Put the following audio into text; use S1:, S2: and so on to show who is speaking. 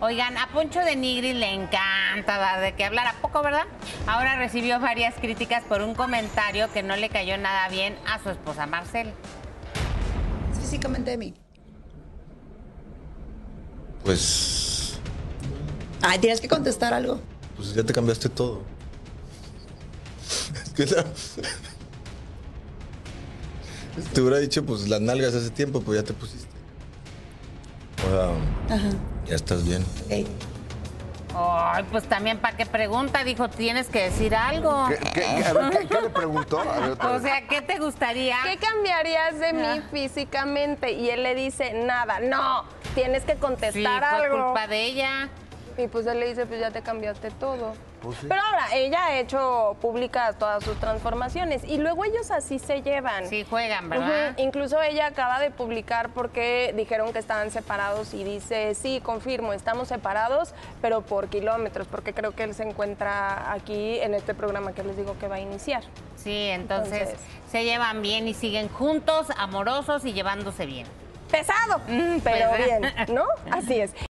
S1: Oigan, a Poncho de Nigri le encanta dar de qué hablar, ¿a poco, verdad? Ahora recibió varias críticas por un comentario que no le cayó nada bien a su esposa Marcela.
S2: Es físicamente de mí.
S3: Pues,
S2: Ay, tienes que contestar algo.
S3: pues ya te cambiaste todo. Es que la- Te hubiera dicho, pues las nalgas hace tiempo, pues ya te pusiste. O sea,
S2: Ajá.
S3: ya estás bien.
S2: Ey.
S1: Ay, pues también, ¿para qué pregunta? Dijo, tienes que decir algo.
S4: ¿Qué, qué- a ver, ¿qué- qué le preguntó? A ver, otra
S1: O
S4: vez.
S1: sea, ¿qué te gustaría?
S5: ¿Qué cambiarías de
S1: Ah.
S5: mí físicamente? Y él le dice, nada, no, tienes que contestar
S1: sí, fue
S5: algo.
S1: culpa de ella.
S5: Y pues él le dice, pues ya te cambiaste todo.
S4: Pues sí.
S5: Pero ahora, ella ha hecho pública todas sus transformaciones y luego ellos así se llevan.
S1: Sí, juegan, ¿verdad?
S5: Ujú, Incluso ella acaba de publicar porque dijeron que estaban separados y dice, sí, confirmo, estamos separados, pero por kilómetros, porque creo que él se encuentra aquí en este programa que les digo que va a iniciar.
S1: Sí, entonces,
S5: Entonces.
S1: se llevan bien y siguen juntos, amorosos y llevándose bien.
S5: Pesado, pero
S1: pues,
S5: bien, ¿no? Así es.